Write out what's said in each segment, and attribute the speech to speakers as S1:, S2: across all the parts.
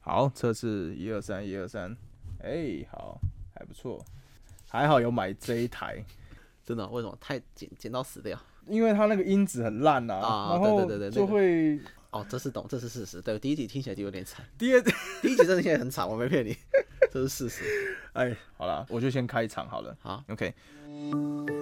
S1: 好，测试一二三一二三，哎，好，还不错，还好有买这一台，
S2: 真的哦、为什么太剪剪到死掉？
S1: 因为它那个音质很烂
S2: 啊
S1: 然
S2: 对对
S1: 后
S2: 对对
S1: 就
S2: 那个
S1: 会
S2: 哦，这是懂，这是事实。对，第一集听起来就有点惨，
S1: 第二，
S2: 第一集真的现在很惨，我没骗你， 这是事实。
S1: 哎， 好啦，我就先开场好了
S2: 好，
S1: ，OK。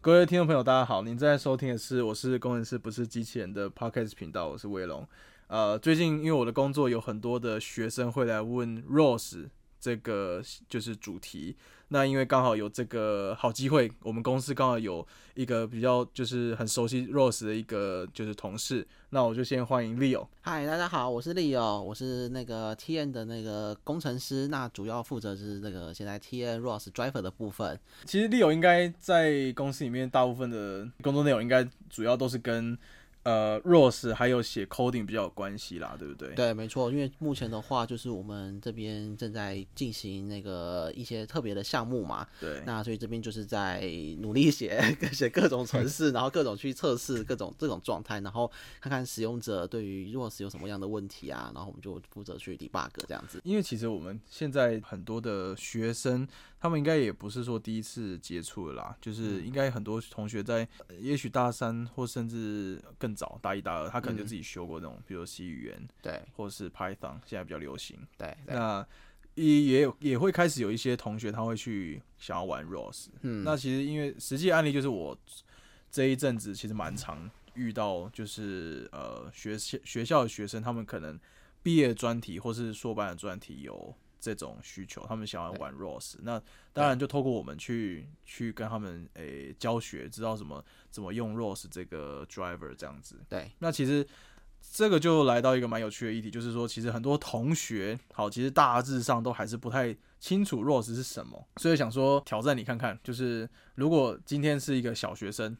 S1: 各位听众朋友，大家好！您正在收听的是我是工程师不是机器人的 Podcast 频道，我是威龙。呃，最近因为我的工作有很多的学生会来问 Rose 这个就是主题，那因为刚好有这个好机会，我们公司刚好有一个比较就是很熟悉 Rose 的一个就是同事，那我就先欢迎 Leo。
S2: 嗨，大家好，我是 Leo，我是那个 TN 的那个工程师，那主要负责是那个现在 TN Ross Driver 的部分。
S1: 其实 Leo 应该在公司里面大部分的工作内容应该主要都是跟呃 Rose 还有写 coding 比较有关系啦，对不对？
S2: 对，没错，因为目前的话，就是我们这边正在进行那个一些特别的项目嘛，
S1: 对
S2: 那所以这边就是在努力写 写各种程式，然后各种去测试各种这种状态，然后看看使用者对于 ROS 有什么样的问题啊，然后我们就负责去 debug 这样子。
S1: 因为其实我们现在很多的学生，他们应该也不是说第一次接触了啦，就是应该很多同学在，呃也许大三或甚至更早，大一大二，他可能就自己修过那种，比如 C 语言
S2: 对
S1: 或是 Python，现在比较流行。
S2: 对对，
S1: 那也也有也会开始有一些同学他会去想要玩 Rose，
S2: 嗯
S1: 那其实因为实际案例就是我这一阵子其实蛮常遇到，就是呃学校学校的学生，他们可能毕业专题或是硕班的专题有这种需求，他们想要玩 ROS。那当然就透过我们去去跟他们诶、教学，知道怎么怎么用 ROS 这个 driver 这样子。
S2: 对，
S1: 那其实这个就来到一个蛮有趣的议题，就是说，其实很多同学，好，其实大致上都还是不太清楚 ROS 是什么，所以想说挑战你看看，就是如果今天是一个小学生，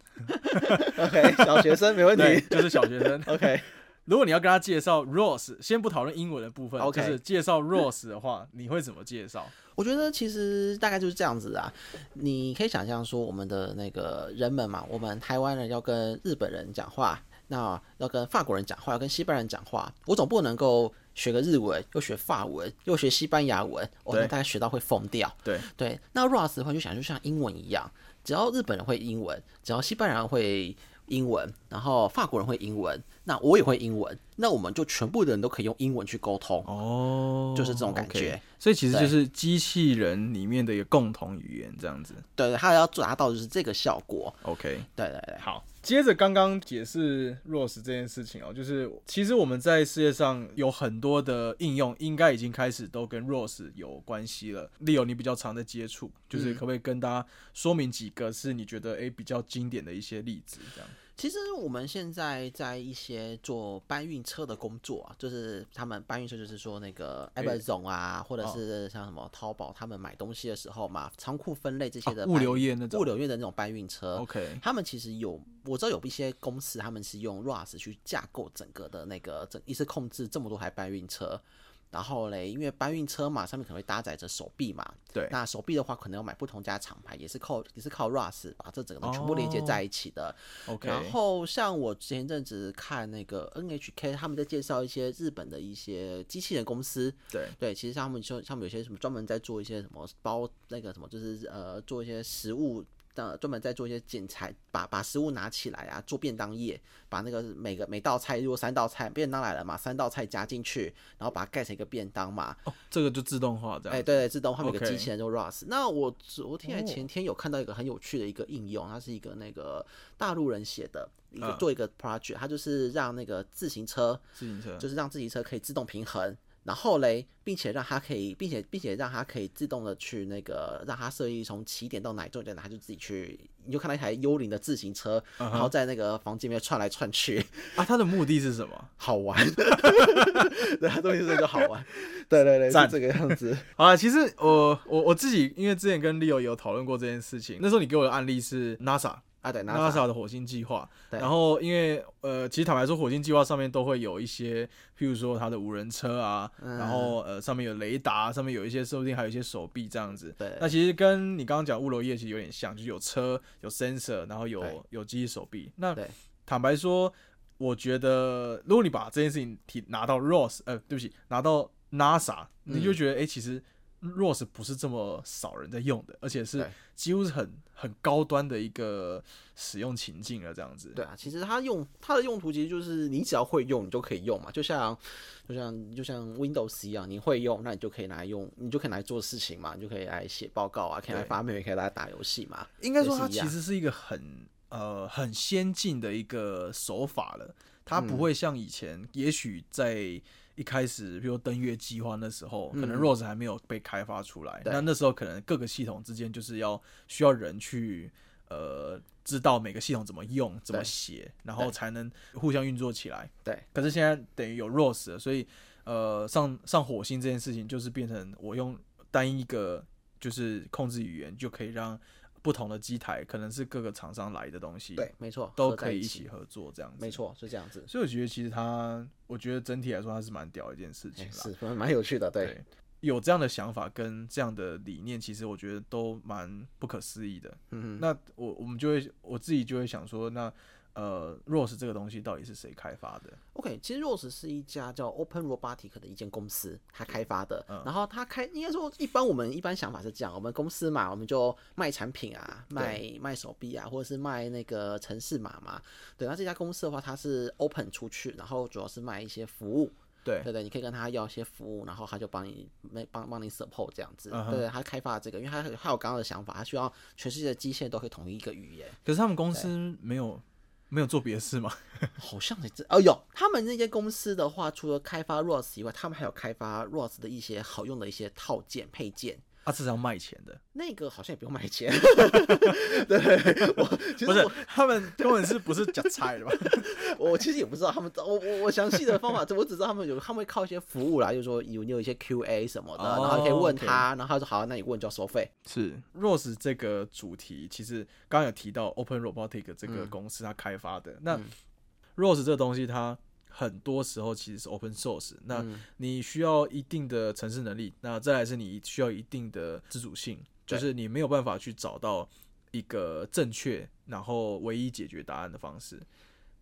S2: OK，小 学生没问
S1: 对，
S2: 题。，
S1: 就是小学生
S2: OK，
S1: 如果你要跟他介绍 ROS，先不讨论英文的部分
S2: OK
S1: 就是介绍 ROS 的话，你会怎么介绍？
S2: 我觉得其实大概就是这样子啊。你可以想象说，我们的那个人们嘛，我们台湾人要跟日本人讲话，那要跟法国人讲话，要跟西班牙人讲话，我总不能够学个日文，又学法文，又学西班牙文，我、哦、
S1: 对
S2: 那大概学到会疯掉。
S1: 对
S2: 对，那 Rust 的话就想就像英文一样，只要日本人会英文，只要西班牙人会英文，然后法国人会英文，那我也会英文，那我们就全部的人都可以用英文去沟通。
S1: 哦
S2: 就是这种感觉
S1: OK 所以其实
S2: 对
S1: 就是机器人里面的一个共同语言这样子。
S2: 对对，他要达到就是这个效果。
S1: OK，
S2: 对对对，
S1: 好，接着刚刚解释 ROS 这件事情哦，就是其实我们在世界上有很多的应用，应该已经开始都跟 ROS 有关系了。例如你比较常在接触，就是可不可以跟大家说明几个是你觉得诶、比较经典的一些例子？这样
S2: 其实我们现在在一些做搬运车的工作啊，就是他们搬运车，就是说那个
S1: 哎
S2: Amazon 啊，或者
S1: 哦
S2: 是像什么淘宝，他们买东西的时候嘛，仓库分类这些的
S1: 啊
S2: 搬、
S1: 物流业那种哦
S2: 物流业的那种搬运车。
S1: OK，
S2: 他们其实有，我知道有一些公司，他们是用 RAS 去架构整个的那个整一次控制这么多台搬运车，然后嘞，因为搬运车嘛，上面可能会搭载着手臂嘛，
S1: 对
S2: 那手臂的话可能要买不同家厂牌，也是靠也是靠 RAS 把这整个的全部连接
S1: 哦
S2: 在一起的。
S1: ，OK，
S2: 然后像我前阵子看那个 NHK，他们在介绍一些日本的一些机器人公司，
S1: 对
S2: 对，其实像他们就他们有些什么专门在做一些什么包那个什么，就是呃做一些食物。呃，专门在做一些剪裁，把把食物拿起来啊，做便当业，把那个每个每道菜，如果三道菜便当来了嘛，三道菜加进去，然后把它盖成一个便当嘛，
S1: 哦，这个就自动化这样。
S2: 哎、对对，自动化每个
S1: OK
S2: 机器人就 ROS。那我昨天还
S1: 哦
S2: 前天有看到一个很有趣的一个应用，它是一个那个大陆人写的，一个
S1: 嗯
S2: 做一个 project，它就是让那个自行车，
S1: 自行车
S2: 就是让自行车可以自动平衡。然后嘞，并且让它可以，并且并且让它可以自动的去那个，让它设计从起点到哪终点，它就自己去。你就看到一台幽灵的自行车，
S1: 嗯哼
S2: 然后在那个房间里面窜来窜去，
S1: 啊，它的目的是什么？
S2: 好玩。 对，它东西这就好玩。对对对，
S1: 赞
S2: 是这个样 子。
S1: 啊，其实我我我自己，因为之前跟 Leo 有讨论过这件事情，那时候你给我的案例是 NASA，
S2: 啊，对
S1: NASA, 的火星计划。
S2: 对
S1: 然后因为呃，其实坦白说，火星计划上面都会有一些，譬如说它的无人车啊，
S2: 嗯
S1: 然后呃上面有雷达，上面有一些说不定还有一些手臂这样子。
S2: 对
S1: 那其实跟你刚刚讲物流业其实有点像，就是有车、有 sensor，然后有
S2: 对
S1: 有机器手臂。那
S2: 对
S1: 坦白说，我觉得如果你把这件事情提拿到 Ross，呃，对不起，拿到 NASA，你
S2: 嗯
S1: 就觉得哎、诶其实 Ross 不是这么少人在用的，而且是
S2: 对
S1: 几乎是很很高端的一个使用情境了，这样子。
S2: 对啊，其实它用它的用途其实就是你只要会用，你就可以用嘛。就像就像就像 Windows 一样，你会用，那你就可以拿来用，你就可以拿来做事情嘛，你就可以来写报告啊，可以来
S1: 对
S2: 发明，也可以来打游戏嘛。
S1: 应该说
S2: 也是
S1: 它
S2: 一
S1: 其
S2: 样
S1: 实是一个很呃很先进的一个手法了，它不会像以前，也许在一开始，比如登月计划那时候，可能 Rose 还没有被开发出来，
S2: 嗯对
S1: 那那时候可能各个系统之间就是要需要人去呃知道每个系统怎么用、怎么
S2: 对
S1: 写，然后
S2: 对
S1: 才能互相运作起来。
S2: 对，
S1: 可是现在等于有 Rose 了，所以呃上上火星这件事情就是变成我用单一个就是控制语言就可以让不同的机台，可能是各个厂商来的东西，
S2: 对，没错，
S1: 都
S2: 合在
S1: 可以
S2: 一
S1: 一起，合作这样子。
S2: 没，错，是这样子，
S1: 所以我觉得其实它，我觉得整体来说它是蛮屌的一件事情
S2: 哎
S1: 啦。
S2: 是蛮蛮有趣的，对，
S1: 对，有这样的想法跟这样的理念，其实我觉得都蛮不可思议的。
S2: 嗯
S1: 那我我们就会我自己就会想说，那呃，Rose 这个东西到底是谁开发的？
S2: OK，其实 Rose 是一家叫 Open Robotic 的一间公司，它开发的。
S1: 嗯
S2: 然后它开，应该说一般我们一般想法是这样，我们公司嘛，我们就卖产品啊，卖卖手臂啊，或者是卖那个城市码嘛。对，那这家公司的话，它是 Open 出去，然后主要是卖一些服务。
S1: 对，
S2: 对对，你可以跟他要一些服务，然后他就帮你没帮帮你 support 这样子。
S1: 嗯哼
S2: 对对，他开发了这个，因为他他有刚刚的想法，他需要全世界的机械都可以统一一个语言。
S1: 可是他们公司没有没有做别的事吗？
S2: 好像是这哦，有他们那些公司的话，除了开发 ROS 以外，他们还有开发 ROS 的一些好用的一些套件配件。
S1: 他至少卖钱的，
S2: 那个好像也不用卖 钱，对我其实
S1: 不是
S2: 我
S1: 他们根本是不是假菜的吧？
S2: 我其实也不知道他们，我我我详细的方法，我只知道他们有他们会靠一些服务啦，就是说有你有一些 QA 什么的，
S1: 哦
S2: 然后你可以问
S1: OK
S2: 他，然后他说好，那你问就要收费，
S1: 是 Rose 这个主题，其实刚刚有提到 Open Robotic 这个
S2: 嗯
S1: 公司它开发的。那 Rose 这个东西，它很多时候其实是 Open Source。那
S2: 嗯
S1: 你需要一定的程式能力，那再来是你需要一定的自主性，就
S2: 对
S1: 是你没有办法去找到一个正确然后唯一解决答案的方式。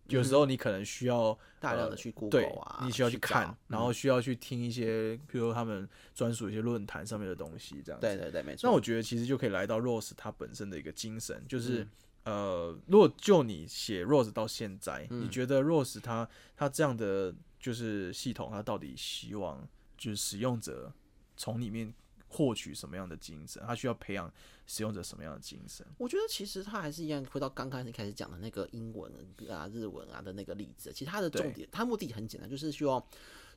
S1: 有时候你可能需要
S2: 嗯大量的
S1: 呃
S2: 去
S1: 对
S2: Google 啊，
S1: 你需要
S2: 去
S1: 去看
S2: 找，嗯
S1: 然后需要去听一些，比如他们专属一些论坛上面的东西，这样子。
S2: 对对对，没错。
S1: 那我觉得其实就可以来到 Rose 它本身的一个精神，就是、呃，如果就你写 Rose 到现在，你觉得 Rose 它它这样的就是系统，它到底希望就是使用者从里面获取什么样的精神？它需要培养使用者什么样的精神？
S2: 我觉得其实它还是一样，回到刚开始开始讲的那个英文啊、日文啊的那个例子。其实它的
S1: 对
S2: 重点，它目的很简单，就是希望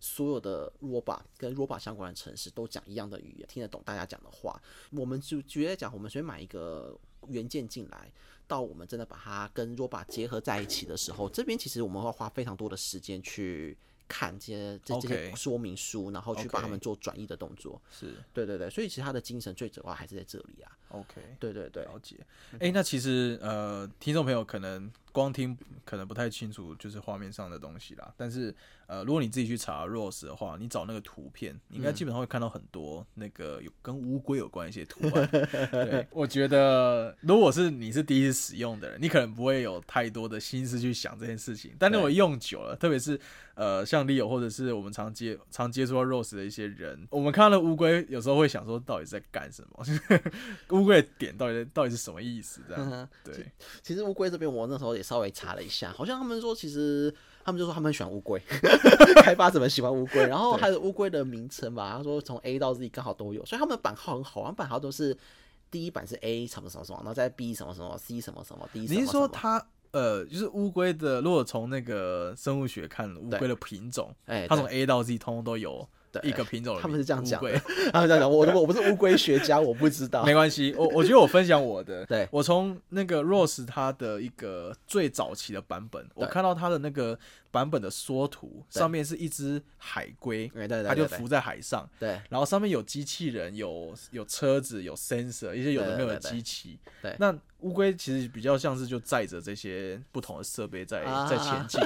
S2: 所有的 robot 跟 robot 相关的城市都讲一样的语言，听得懂大家讲的话。我们就举例来讲，我们随便买一个元件进来，到我们真的把它跟 robot 结合在一起的时候，这边其实我们会花非常多的时间去看这些这这些
S1: OK
S2: 说明书，然后去帮
S1: OK
S2: 他们做转译的动作。
S1: 是
S2: 对对对，所以其实它的精神最主要还是在这里啊。
S1: OK。
S2: 对对对。
S1: 了解，哎、那其实呃，听众朋友可能光听可能不太清楚，就是画面上的东西啦。但是呃，如果你自己去查 Rose 的话，你找那个图片，你应该基本上会看到很多那个有跟乌龟有关的一些图 案。对，我觉得如果是你是第一次使用的人，你可能不会有太多的心思去想这件事情。但如果
S2: 对
S1: 用久了，特别是呃，像 Leo 或者是我们常接常接触到 Rose 的一些人，我们看到的乌龟，有时候会想说，到底在干什么？ 乌龟的点到底到底是什么意思？这
S2: 嗯
S1: 样、对，
S2: 其实乌龟这边，我那时候也稍微查了一下，好像他们说，其实他们就说他们很喜欢乌龟， 开发者们喜欢乌龟，然后还有乌龟的名称吧，他说从 A 到 Z 刚好都有，所以他们的版号很好玩，版号都是第一版是 A 什么什么什么，然后再 B 什么什么，C 什么什么，D 什么
S1: 你
S2: 什
S1: 是说
S2: 么。
S1: 它呃，就是乌龟的，如果从那个生物学看乌龟的品种，
S2: 哎
S1: 它从 A 到 Z 通通都有
S2: 对
S1: 一个品种的名，
S2: 他们是这样讲
S1: 乌
S2: 的
S1: 龟，
S2: 他们这样讲，啊我如果我不是乌龟学家，我不知道
S1: 没。关系，我我觉得我分享我的，
S2: 对
S1: 我从那个 Rose 它的一个最早期的版本，我
S2: 对
S1: 看到它的那个版本的缩图，上面是一只海龟，
S2: 哎，对
S1: 它就
S2: 对对对
S1: 浮在海上，
S2: 对，
S1: 然后上面有机器人，有有车子，有 sensor，一些有的没有的机器。
S2: 对对对对
S1: 那乌龟其实比较像是就载着这些不同的设备在
S2: 啊
S1: 在前 进。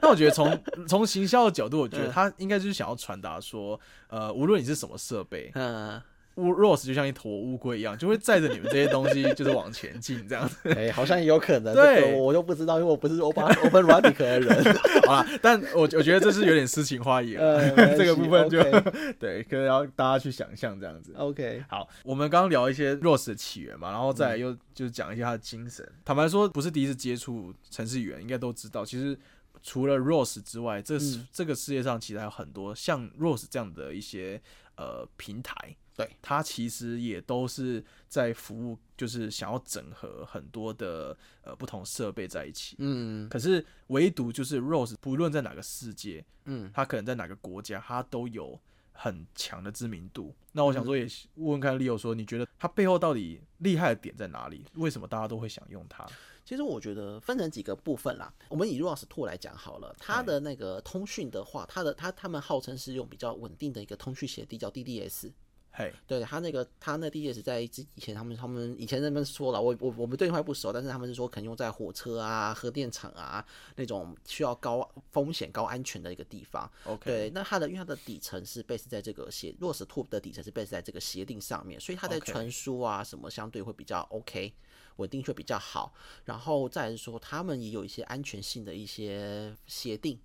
S1: 那我觉得从从
S2: 嗯
S1: 行销的角度，我觉得他应该就是想要传达说，呃，无论你是什么设备，
S2: 嗯，
S1: 乌 Rose 就像一坨乌龟一样，就会载着你们这些东西就是往前进这样 子。
S2: 哎、好像也有可能，
S1: 对
S2: 这个我就不知道，因为我不是 Open Open Rabbit 的 人。
S1: 好啦，但我我觉得这是有点诗情画意了，
S2: 呃，没 关 系
S1: 这个部分就
S2: OK,
S1: 对，可能要大家去想象这样子。
S2: OK
S1: 好，我们刚刚聊一些 Rose 的起源嘛，然后再
S2: 嗯
S1: 来又就是讲一下他的精神。坦白说，不是第一次接触程式语言，应该都知道，其实除了 Rose 之外，这、是
S2: 嗯
S1: 这个世界上其实还有很多像 Rose 这样的一些呃平台，
S2: 对
S1: 它其实也都是在服务，就是想要整合很多的呃不同设备在一起。
S2: 嗯。
S1: 可是唯独就是 Rose，不论在哪个世界，
S2: 嗯，
S1: 他可能在哪个国家，他都有很强的知名度。那我想
S2: 嗯
S1: 说，也问问看 Leo 说，你觉得他背后到底厉害的点在哪里？为什么大家都会想用它？
S2: 其实我觉得分成几个部分啦。我们以 r o s t Two 来讲好了，它的那个通讯的话，它的它他们号称是用比较稳定的一个通讯协定叫 DDS。
S1: 嘿，
S2: 对他那个他那 DDS 在之以前他们他们以前那边说了，我我我们对话不熟，但是他们是说可能用在火车啊、核电厂啊那种需要高风险、高安全的一个地方。
S1: OK
S2: 对，那它的因为它的底层是 base 在这个协 r o s t Two 的底层是 base 在这个协定上面，所以它在
S1: OK
S2: 传输啊什么相对会比较 OK。稳定会比较好，然后再来是说，他们也有一些安全性的一些协定，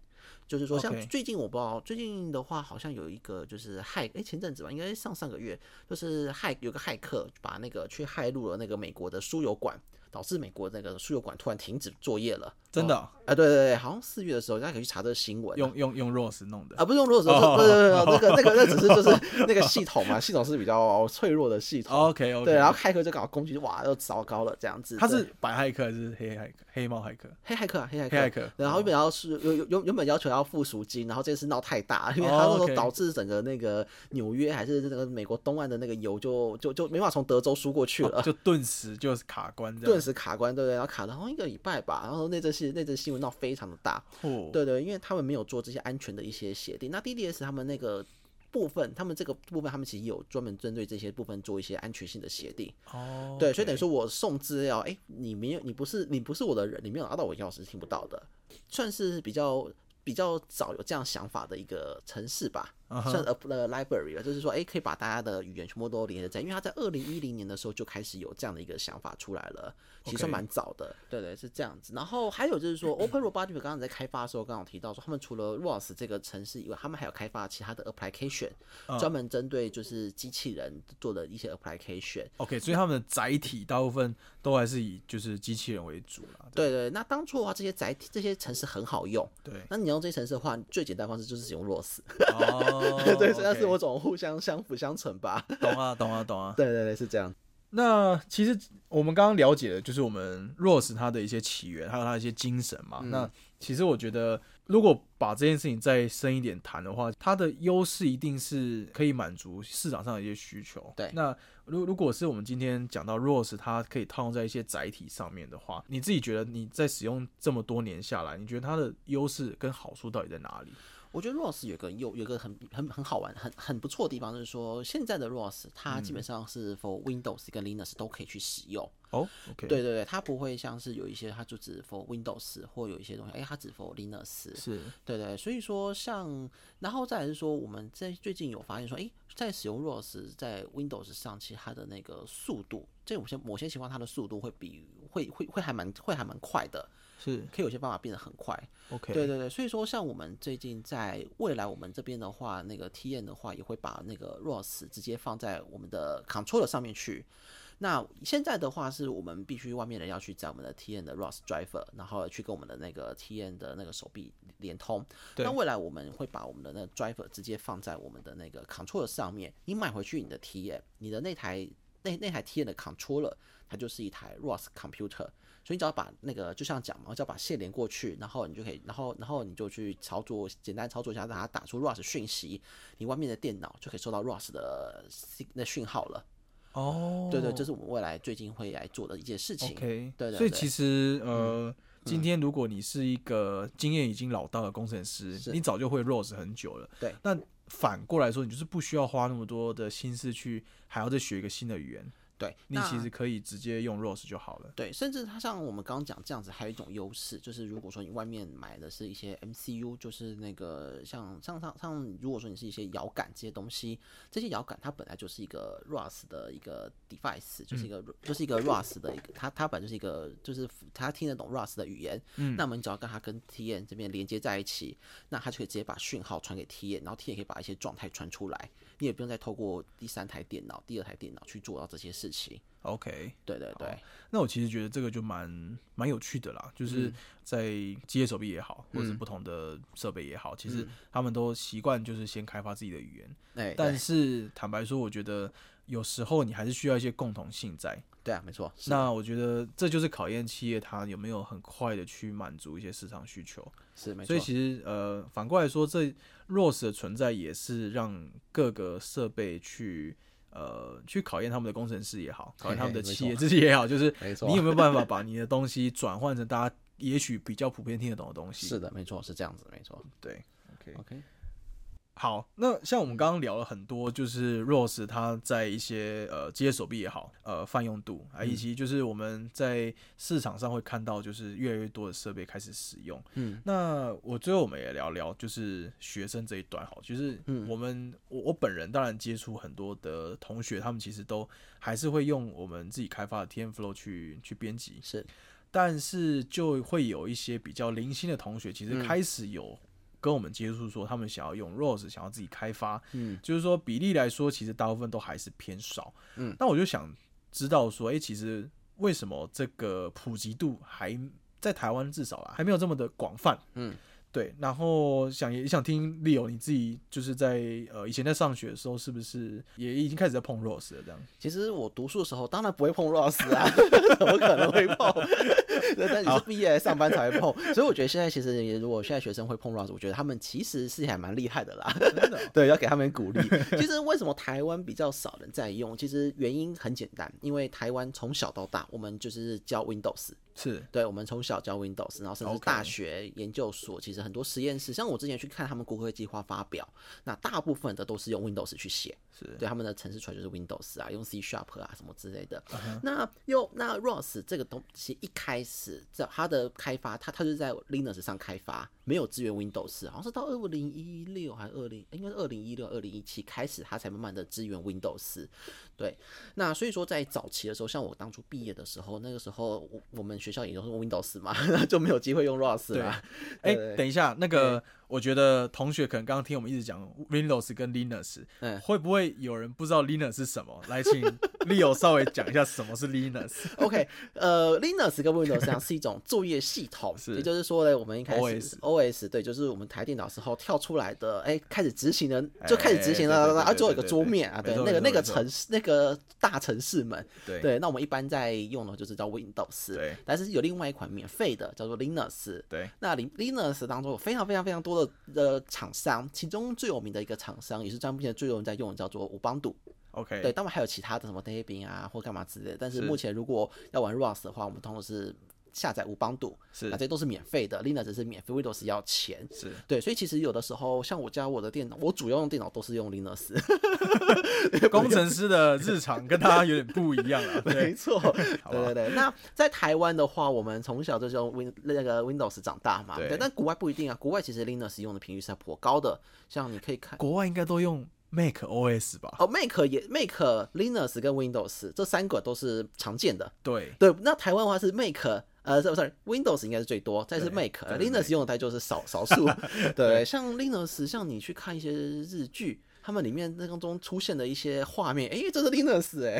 S2: 就是说，像
S1: OK
S2: 最近我不知道，最近的话好像有一个就是骇，哎，前阵子吧，应该是上上个月，就是骇有个骇客把那个去骇入了那个美国的输油管，导致美国那个输油管突然停止作业了。
S1: 真的哦、
S2: 啊、对对对，好像四月的时候，大家可以去查这个新闻啊、
S1: 用用用 Rose 弄的
S2: 啊，不是用弱手，
S1: 哦
S2: 对对对，那个那个那只是就是那个系统嘛，系统是比较脆弱的系统。
S1: ？OK OK，
S2: 对，然后骇客就搞工具，哇，又糟糕了这样子。
S1: 他
S2: 对
S1: 哦是白骇客还是黑骇客？黑猫骇客？
S2: 黑骇客啊，黑骇客，
S1: 黑骇客哦
S2: 然后原本要是原原原本要求要付赎金，然后这次闹太大，因为他那时
S1: 哦
S2: 候
S1: ，OK
S2: 导致整个那个纽约还是那个美国东岸的那个油就就就没法从德州输过去了。
S1: 哦就顿时就是卡关这
S2: 顿
S1: 样。
S2: 时卡关，对不对？然后卡了好像一个礼拜吧，然后那阵新那阵新闻闹非常的大，
S1: 哦，
S2: 对对，因为他们没有做这些安全的一些协定。那 DDS 他们那个部分，他们这个部分，他们其实有专门针对这些部分做一些安全性的协定。
S1: 哦，
S2: 对，所以等于
S1: OK
S2: 说我送资料，哎，你没有，你不是，你不是我的人，你没有拿到我钥匙是听不到的，算是比较比较早有这样想法的一个城市吧
S1: 嗯哼
S2: 算 a the 呃 library 了，就是说，哎，可以把大家的语言全部都连接在，因为他在二零一零年的时候就开始有这样的一个想法出来了，其实
S1: OK
S2: 算蛮早的对对，是这样子。然后还有就是说，Open Robotic 刚刚在开发的时候，刚刚有提到说，他们除了 ROS 这个城市以外，他们还有开发其他的 application，、专
S1: 嗯
S2: 门针对就是机器人做的一些 application。
S1: OK，所以他们的载体大部分都还是以就是机器人为主啦。
S2: 对对，那当初的话，这些载体、这些城市很好用。
S1: 对，
S2: 那你用这些城市的话，最简单的方式就是使用 ROS。，
S1: 哦
S2: 对，所以它是
S1: OK
S2: 我总互相相辅相成吧。
S1: 懂啊，懂啊，懂啊。
S2: 对对对，是这样。
S1: 那其实我们刚刚了解的就是我们 Rose 它的一些起源，还有它的一些精神嘛。
S2: 嗯
S1: 那其实我觉得，如果把这件事情再深一点谈的话，它的优势一定是可以满足市场上的一些需求。
S2: 对
S1: 那如如果是我们今天讲到 Rose，它可以套用在一些载体上面的话，你自己觉得你在使用这么多年下来，你觉得它的优势跟好处到底在哪里？
S2: 我觉得 ROS 有个有有个很很很好玩、很很不错的地方，就是说现在的 ROS 它基本上是 for Windows 跟 Linux 都可以去使用。
S1: 哦，OK，
S2: 对，对对，它不会像是有一些它就只 for Windows 或有一些东西，哎，它只 for Linux。
S1: 是
S2: 对对，所以说像，然后再来是说，我们在最近有发现说，诶，在使用 ROS 在 Windows 上，其实它的那个速度，在某些某些情况，它的速度会比会会会还蛮会还蛮快的，
S1: 是
S2: 可以有些方法变得很快。
S1: ，OK，
S2: 对对对，所以说像我们最近在未来我们这边的话，那个 T N 的话也会把那个 ROS 直接放在我们的 controller 上面去。那现在的话是我们必须外面人要去在我们的 T N 的 ROS driver，然后去跟我们的那个 T N 的那个手臂连通。
S1: 对
S2: 那未来我们会把我们的那个 driver 直接放在我们的那个 controller 上面，你买回去你的 T N，你的那台那那台 T N 的 controller 它就是一台 ROS computer，所以你只要把那个，就像讲嘛，只要把线连过去，然后你就可以，然后然后你就去操作，简单操作一下，让它打出 ROS 讯息，你外面的电脑就可以收到 ROS 的信那讯号了。
S1: 哦，
S2: 对对，这是我们未来最近会来做的一件事情。
S1: OK，
S2: 对对
S1: 所以
S2: 对嗯
S1: 其实呃，今天如果你是一个经验已经老道的工程师，
S2: 是
S1: 你早就会 Rose 很久了。
S2: 对，
S1: 那反过来说，你就是不需要花那么多的心思去还要再学一个新的语言。
S2: 对，
S1: 你
S2: 那
S1: 其实可以直接用 Rose 就好了。
S2: 对，甚至它像我们刚刚讲这样子，还有一种优势，就是如果说你外面买的是一些 MCU，就是那个像像像像，如果说你是一些摇杆这些东西，这些摇杆它本来就是一个 ROS 的一个 device，就是一个、就是一个 ROS 的一个，它它本来就是一个就是它听得懂 ROS 的语言，嗯，那么你只要跟它跟 TN 这边连接在一起，那它就可以直接把讯号传给 TN，然后 TN 可以把一些状态传出来，你也不用再透过第三台电脑、第二台电脑去做到这些事情。
S1: OK，
S2: 对对对。
S1: 那我其实觉得这个就蛮蛮有趣的啦，
S2: 嗯
S1: 就是在机械手臂也好，或者是不同的设备也好，其
S2: 嗯
S1: 实他们都习惯就是先开发自己的语言。
S2: 哎，
S1: 但是坦白说，我觉得有时候你还是需要一些共同性在。
S2: 对啊，没错，是
S1: 那我觉得这就是考验企业它有没有很快的去满足一些市场需求。
S2: 是没错
S1: 所以。其实呃，反过来说，这 ROS 的存在也是让各个设备去呃去考验他们的工程师也好，考验他们的
S2: 嘿嘿没
S1: 企业
S2: 错
S1: 自己也好，就是
S2: 没错
S1: 你有没有办法把你的东西转换成大家也许比较普遍听得懂的东西？
S2: 是的，没错，是这样子，没错。
S1: 嗯对，OK。
S2: OK，
S1: 好，那像我们刚刚聊了很多，就是 Rose 它在一些呃机械手臂也好，呃泛用度啊，以及就是我们在市场上会看到，就是越来越多的设备开始使用。
S2: 嗯，
S1: 那我最后我们也聊聊就是学生这一段好，就是我们、我我本人当然接触很多的同学，他们其实都还是会用我们自己开发的 TenFlow 去去编辑，
S2: 是
S1: 但是就会有一些比较零星的同学，其
S2: 嗯
S1: 实开始有跟我们接触，说他们想要用 Rose，想要自己开发。
S2: 嗯，
S1: 就是说比例来说，其实大部分都还是偏少。
S2: 嗯，
S1: 那我就想知道说，诶，其实为什么这个普及度还在台湾至少啦，还没有这么的广泛？
S2: 嗯，
S1: 对。然后想也想听 Leo 你自己就是在呃以前在上学的时候，是不是也已经开始在碰 Rose 了？这样
S2: 其实我读书的时候当然不会碰 ROS 啊， 怎么可能会碰？ 但你是毕业上班才会碰，所以我觉得现在其实也如果现在学生会碰 ROS，我觉得他们其实是还蛮厉害的啦。
S1: 真的哦、
S2: 对，要给他们鼓励。其实为什么台湾比较少人在用？其实原因很简单，因为台湾从小到大我们就是教 Windows，
S1: 是
S2: 对，我们从小教 Windows，然后甚至
S1: OK
S2: 大学、研究所，其实很多实验室，像我之前去看他们国科计划发表，那大部分的都是用 Windows 去写，
S1: 是，
S2: 对他们的城市出来就是 Windows 啊，用 C Sharp 啊什么之类的。那又那 ROS 这个东西一开始在它的开发，它它就是在 Linux 上开发，没有支援 Windows，好像是到二零一六还是二零，应该是二零一六、二零一七开始，它才慢慢的支援 Windows。对，那所以说在早期的时候，像我当初毕业的时候，那个时候我我们学校也都是用 Windows 嘛， 就没有机会用 ROS 啦。
S1: 哎、
S2: 对
S1: 等一下，那个我觉得同学可能刚刚听我们一直讲 Windows 跟 Linux，、
S2: 嗯
S1: 会不会有人不知道 Linux 是什么？ 来，请 Leo 稍微讲一下什么是 Linux。
S2: OK，呃，Linux 跟 Windows 上是一种作业系统，
S1: 是
S2: 也就是说呢，我们一开始
S1: OS
S2: OS 对，就是我们台电脑时候跳出来的，哎，开始执行的，就开始执行
S1: 哎
S2: 了，
S1: 对对对
S2: 然后最后有
S1: 对
S2: 个
S1: 对
S2: 桌面啊，
S1: 没
S2: 对，
S1: 错
S2: 那个
S1: 没
S2: 那
S1: 错
S2: 个
S1: 没错
S2: 城市那个大城市们，
S1: 对
S2: 对，那我们一般在用的就是叫 Windows，
S1: 对
S2: 但是有另外一款免费的叫做 Linux，
S1: 对
S2: 那 Lin- Linux 当中有非常非常非常多的呃厂商，其中最有名的一个厂商也是目前最有人在用的叫做乌邦度，
S1: ，OK，
S2: 对，当然还有其他的什么 d a b i n 啊或干嘛之类的。但是
S1: 哎是
S2: 目前如果要玩 ROS 的话，我们通常是下载无帮度，
S1: 是
S2: 那啊这些都是免费的，Linux 是免费，Windows 要钱。
S1: 是
S2: 对，所以其实有的时候，像我家我的电脑，我主要用电脑都是用 Linux，
S1: 工程师的日常跟大家有点不一样啊。
S2: 没
S1: 对，
S2: 错，对对对。那在台湾的话，我们从小就是用 Win 那个 Windows 长大嘛，
S1: 对
S2: 对。但国外不一定啊，国外其实 Linux 用的频率是颇高的，像你可以看。
S1: 国外应该都用 Mac OS 吧？
S2: 哦，Mac 也 Mac、Linux 跟 Windows 这三个都是常见的，
S1: 对，
S2: 对，那台湾的话是 Mac，呃，sorry sorry，Windows 应该是最多，但是
S1: 对
S2: Mac、
S1: 对
S2: Linux 用的大概就是 少少数。对，像 Linux，像你去看一些日剧，他们里面那当中出现的一些画面，诶，这是 Linux 哎、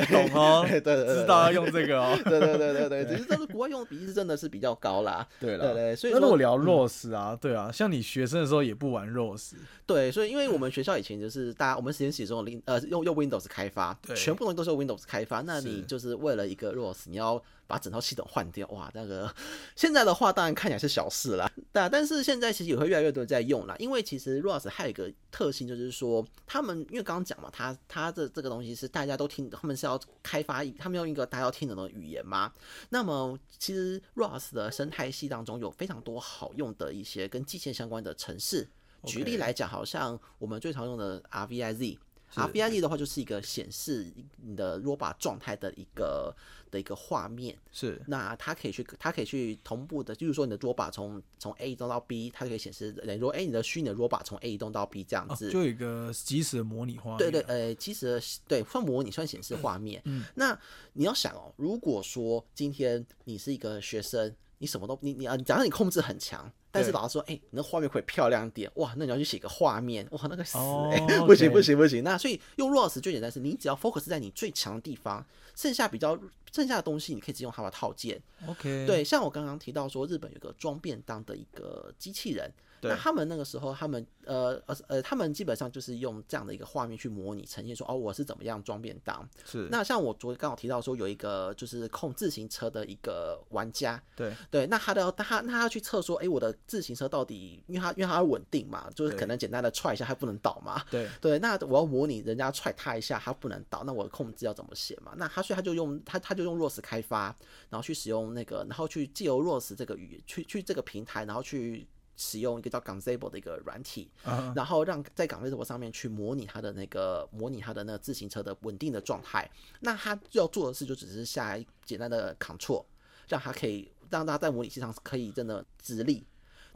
S1: 哎、懂哦，
S2: 对对对对
S1: 知道要用这个哦。
S2: 对对对 对对，只是这个国外用的比例是真的是比较高啦。
S1: 对
S2: 对对，所以
S1: 那如果
S2: 说嗯
S1: 聊 Rose 啊，对啊，像你学生的时候也不玩 Rose，
S2: 对，所以因为
S1: 嗯
S2: 我们学校以前就是大家我们实验室中零呃用用 Windows 开发，
S1: 对
S2: 全部东西都是用 Windows 开发，那
S1: 是
S2: 你就是为了一个 ROS，你要把整套系统换掉，哇，那个现在的话当然看起来是小事啦，但但是现在其实也会越来越多人在用啦，因为其实 ROS 还有一个特性就是说，他们因为刚刚讲嘛，它它的这个东西是大家都听，他们是要开发一，他们用一个大家要听得懂的语言嘛，那么其实 ROS 的生态系当中有非常多好用的一些跟机械相关的程式。举例
S1: OK
S2: 来讲，好像我们最常用的 RVIZ。 ，RFID 的话就是一个显示你的 robot 状态的一个的一个画面。
S1: 是
S2: 那它可以去，它可以去同步的，就是说你的 robot 从从 A 移动到 B，它可以显示，等于说，哎，你的虚拟的 robot 从 A 移动到 B 这样
S1: 哦，
S2: 子。
S1: 就有一个即时的模拟化。
S2: 对对，，呃，其实对算模拟算显示画面。
S1: 嗯
S2: 那你要想哦，如果说今天你是一个学生，你什么都你你啊，假设你控制很强，但是
S1: 对
S2: 老师说，哎、你那画面可以漂亮点，哇，那你要去写个画面，哇，那个死
S1: 哦
S2: 哎、 不
S1: OK
S2: 行不行不行。那所以用 ROS 最简单是，你只要 focus 在你最强的地方，剩下比较剩下的东西，你可以直接用它的套件。
S1: OK，，
S2: 对，像我刚刚提到说，日本有个装便当的一个机器人，
S1: 对
S2: 那他们那个时候，他们呃呃呃，他们基本上就是用这样的一个画面去模拟呈现说，哦，我是怎么样装便当。
S1: 是，
S2: 那像我昨天刚好提到说，有一个就是控自行车的一个玩家，
S1: 对，
S2: 对，那他的他那他要去测说，哎，我的自行车到底，因为他因为他要稳定嘛，就是
S1: 对
S2: 可能简单的踹一下，它不能倒嘛，
S1: 对，
S2: 对，那我要模拟人家踹他一下，他不能倒，那我的控制要怎么写嘛？那他所以他就用他他就用 ROS 开发，然后去使用那个，然后去借由 ROS 这个语言去去这个平台，然后去使用一个叫 Gonzable 的一个软体，
S1: 啊，
S2: 然后让在 Gonzable 上面去模拟它的那个模拟它的那个自行车的稳定的状态。那他要做的事就只是下简单的 Control，让它可以让它在模拟器上可以真的直立。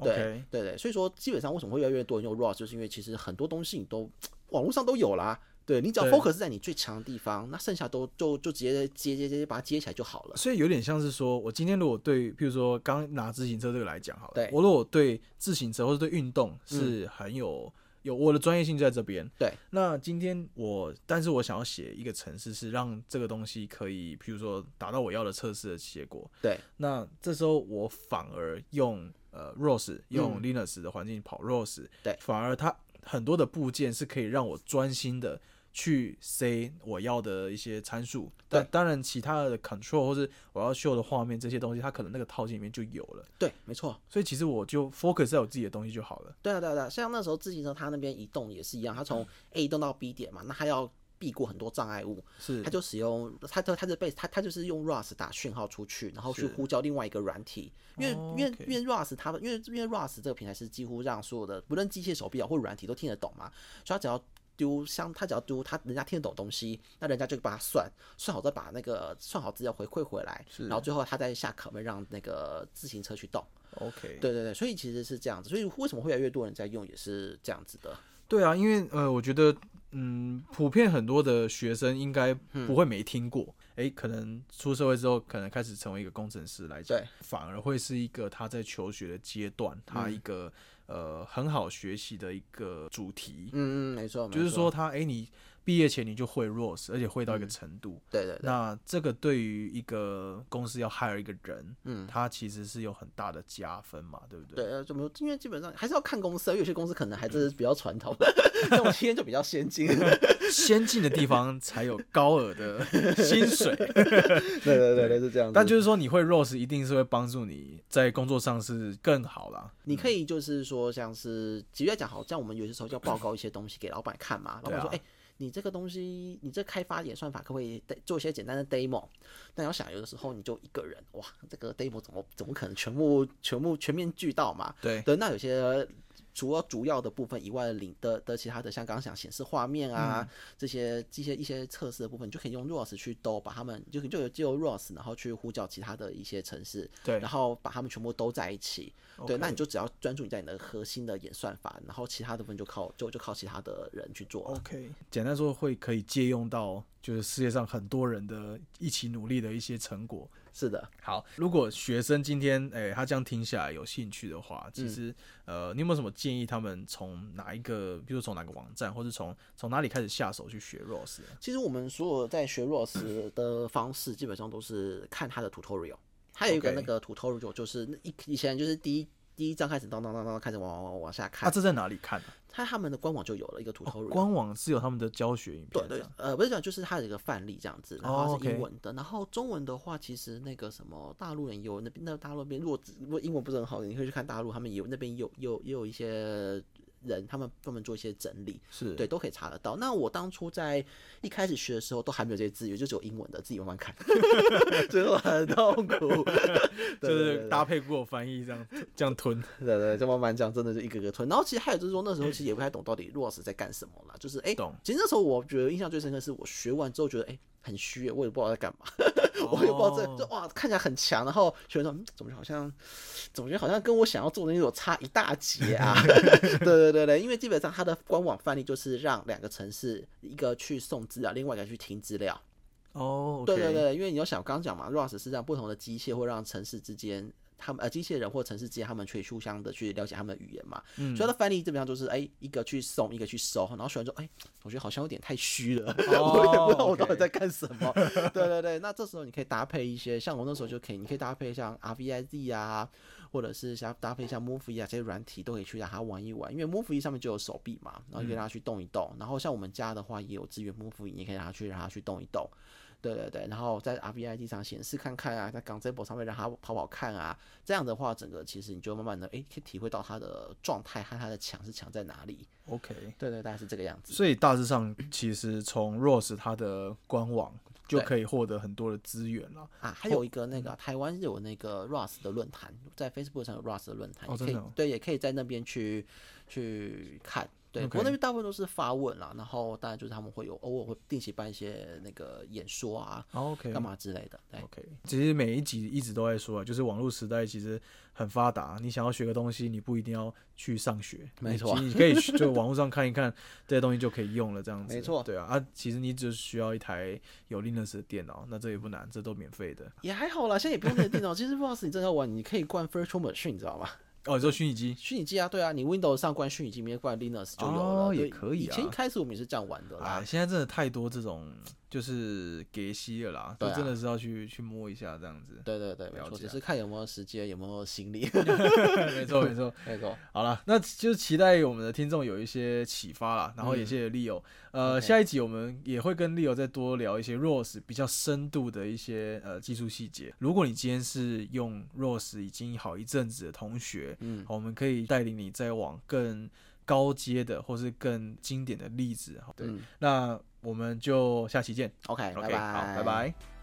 S2: 对
S1: OK
S2: 对对，所以说基本上为什么会越来越多人用 ROS，就是因为其实很多东西你都网络上都有啦。对你只要
S1: 对
S2: focus 在你最强的地方，那剩下都就就直接接接接把它接起来就好了。
S1: 所以有点像是说，我今天如果对，譬如说刚拿自行车这个来讲好了，
S2: 对嗯
S1: 我如果对自行车或者对运动是很有、有我的专业性在这边，
S2: 对，
S1: 那今天我，但是我想要写一个程式，是让这个东西可以，譬如说达到我要的测试的结果，
S2: 对
S1: 那这时候我反而用呃 ROS 用 Linux 的环境跑 ROS，、
S2: 嗯对
S1: 反而它很多的部件是可以让我专心的去 say 我要的一些参数，但当然其他的 control 或是我要秀的画面这些东西，它可能那个套件里面就有了，
S2: 对，没错。
S1: 所以其实我就 focus 在我自己的东西就好了。
S2: 对啊，对啊，对啊，像那时候自行车，它那边移动也是一样，它从 A 移动到 B 点嘛，那它要避过很多障碍物，
S1: 是
S2: 它就使用它就它就被它它就是用 ROS 打讯号出去，然后去
S1: 是
S2: 呼叫另外一个软体，因为、
S1: 哦
S2: 因为
S1: OK
S2: 因为 ROS 它因为因为 ROS 这个平台是几乎让所有的不论机械手臂啊或软体都听得懂嘛，所以它只要。丢像它只要丢它人家听得懂东西，那人家就把它算算好，再把那个算好资料回馈回来，
S1: 是
S2: 然后最后它再下课门让那个自行车去动。
S1: OK，
S2: 对对对，所以其实是这样子，所以为什么会越来越多人在用，也是这样子的。
S1: 对啊，因为呃，我觉得嗯，普遍很多的学生应该
S2: 嗯
S1: 不会没听过。诶，可能出社会之后，可能开始成为一个工程师来讲
S2: 对，
S1: 反而会是一个他在求学的阶段，他
S2: 嗯
S1: 一个、呃很好学习的一个主题，
S2: 嗯嗯，没错，没
S1: 就是
S2: 错
S1: 说，他诶，你毕业前你就会 ROS，而且会到一个程度。
S2: 对对对，
S1: 那这个对于一个公司要 hire 一个人，
S2: 嗯，
S1: 他其实是有很大的加分嘛，对不嗯对？
S2: 对呃，怎么因为基本上还是要看公司啊，因为有些公司可能还真是比较传统， 那种天就比较先 进。
S1: 先进的地方才有高额的 薪水。
S2: 对对对对，是这样子。
S1: 但就是说，你会 rose 一定是会帮助你在工作上是更好啦。
S2: 你可以就是说，像是举例来讲，好像我们有些时候要报告一些东西给老板看嘛，老
S1: 对啊
S2: 板说，哎、你这个东西，你这开发演算法可不可以做一些简单的 demo？但要想，有的时候你就一个人，哇，这个 demo 怎么怎么可能全部全部全面俱到嘛？
S1: 对
S2: 对，那有些除了主要的部分以外的领的的其他的，像刚刚讲显示画面
S1: 嗯
S2: 啊、这些这些一些测试的部分，你就可以用 ROS 去兜，把它们就就有就有 ROS，然后去呼叫其他的一些城市，
S1: 对
S2: 然后把它们全部兜在一起。对，
S1: OK
S2: 那你就只要专注你在你的核心的演算法，然后其他的部分就靠就就靠其他的人去做了。
S1: ，OK，简单说会可以借用到就是世界上很多人的一起努力的一些成果。
S2: 是的，
S1: 好，如果学生今天诶、他这样听下来有兴趣的话，其
S2: 嗯
S1: 实、呃，你有没有什么建议他们从哪一个，比如说从哪个网站，或是从从哪里开始下手去学 rose？
S2: 其实我们所有在学 ROS 的方式，基本上都是看它的 tutorial。它有一个
S1: OK
S2: 那个 tutorial，就是那一以前就是第一第一章开始，当当当当开始往往往往下
S1: 啊，
S2: 看。
S1: 这在哪里看、啊？
S2: 它他们的官网就有了一个
S1: 哦
S2: tutorial。
S1: 官网是有他们的教学影
S2: 对
S1: 片，
S2: 对
S1: 这样，
S2: 呃，不是讲，就是它有一个范例这样子，然
S1: 哦
S2: 后它是
S1: OK
S2: 英文的，然后中文的话，其实那个什么大陆人也有那边，那大陆那边如果只如果英文不是很好，你可以去看大陆，他们也有那边也有也有也有一些人，他们专门做一些整理，
S1: 是
S2: 对，都可以查得到。那我当初在一开始学的时候，都还没有这些资源，就只有英文的，自己慢慢看， 所以我很痛苦。对
S1: 就
S2: 对
S1: 是搭配 Google 翻译这样这样吞。
S2: 对对对，就慢慢这样，真的就一个个吞。然后其实还有就是说，那时候其实也不太懂到底 Ross 在干什么啦，就是哎，
S1: 懂
S2: 其实那时候我觉得印象最深刻是我学完之后觉得哎很虚耶，我也不知道在干嘛， 我也不知道这
S1: 哦
S2: 这哇看起来很强，然后学生说、嗯、怎么好像总觉得好像跟我想要做的那种差一大截啊。 对对对对，因为基本上它的官网范例就是让两个城市一个去送资料，另外一个去听资料。
S1: 哦，
S2: 对对，对，因为你要想，我刚刚讲嘛，ROS 是让不同的机械或让城市之间，他们呃机器人或城市之间，他们去互相的去了解他们的语言嘛。
S1: 嗯
S2: 所以它的翻译基本上就是，哎、一个去送，一个去收，然后学完之后，哎、我觉得好像有点太虚了，
S1: 哦
S2: 我也不知道我到底在干什么。对对对，那这时候你可以搭配一些，像我那时候就可以，你可以搭配像 RVIZ 啊，或者是想搭配像 Move 啊这些软体都可以去让它玩一玩，因为 Move 上面就有手臂嘛，然后就可以让它去动一动。然后像我们家的话也有资源 Move，你可以让它去让它去动一动。对对对，然后在 RVID 上显示看看啊，在 g a n z a b l e 上面让它跑跑看啊，这样的话，整个其实你就慢慢的诶，可以体会到它的状态和它的强是强在哪里。
S1: ，OK。
S2: 对对，大概是这个样子。
S1: 所以大致上，其实从 Rose 它的官网就
S2: 对
S1: 可以获得很多的资源了。
S2: 啊，还有一个
S1: 嗯
S2: 那个台湾有那个 Rust 的论坛，在 Facebook 上有 Rust 的论坛，
S1: 哦
S2: 也可
S1: 真
S2: 以
S1: 的哦
S2: 对，也可以在那边去去看。对，
S1: OK
S2: 不过那边大部分都是发问啦，然后当然就是他们会有偶尔会定期办一些那个演说啊，
S1: OK，
S2: 干嘛之类的。对，
S1: OK，其实每一集一直都在说啊，就是网络时代其实很发达，你想要学个东西，你不一定要去上学，
S2: 没错
S1: 你你可以去就网络上看一看这些东西就可以用了，这样子，
S2: 没错
S1: 对啊，啊，其实你只需要一台有 Linux 的电脑，那这也不难，这都免费的。
S2: 也还好啦，现在也不用那个电脑。其实 Rust 你真的要玩，你可以灌 Virtual Machine，你知道吗？
S1: 哦，你说虚拟机
S2: 虚拟机啊，对啊，你 Windows 上灌虚拟机，里面灌 Linux 就有了，
S1: 哦也
S2: 对
S1: 可以
S2: 以前一
S1: 啊
S2: 开始我们也是这样玩的啦。
S1: 啊，现在真的太多这种就是给息了啦，
S2: 对啊
S1: 就真的是要去去摸一下这样 子。
S2: 对对对，没
S1: 了
S2: 错，
S1: 解
S2: 只是看有没有时间，有没有 心力。
S1: 没错没错，
S2: 没错，
S1: 好了，那就期待我们的听众有一些启发啦，然后也谢谢 Leo、呃
S2: 嗯 OK
S1: 下一集我们也会跟 Leo 再多聊一些 Rose 比较深度的一些呃技术细节。如果你今天是用 Rose 已经好一阵子的同学，
S2: 嗯，
S1: 好我们可以带领你再往更高阶的或是更经典的例子。好对，
S2: 嗯
S1: 那我们就下期见。
S2: ，OK，
S1: OK，
S2: 拜拜，
S1: 好，拜。拜。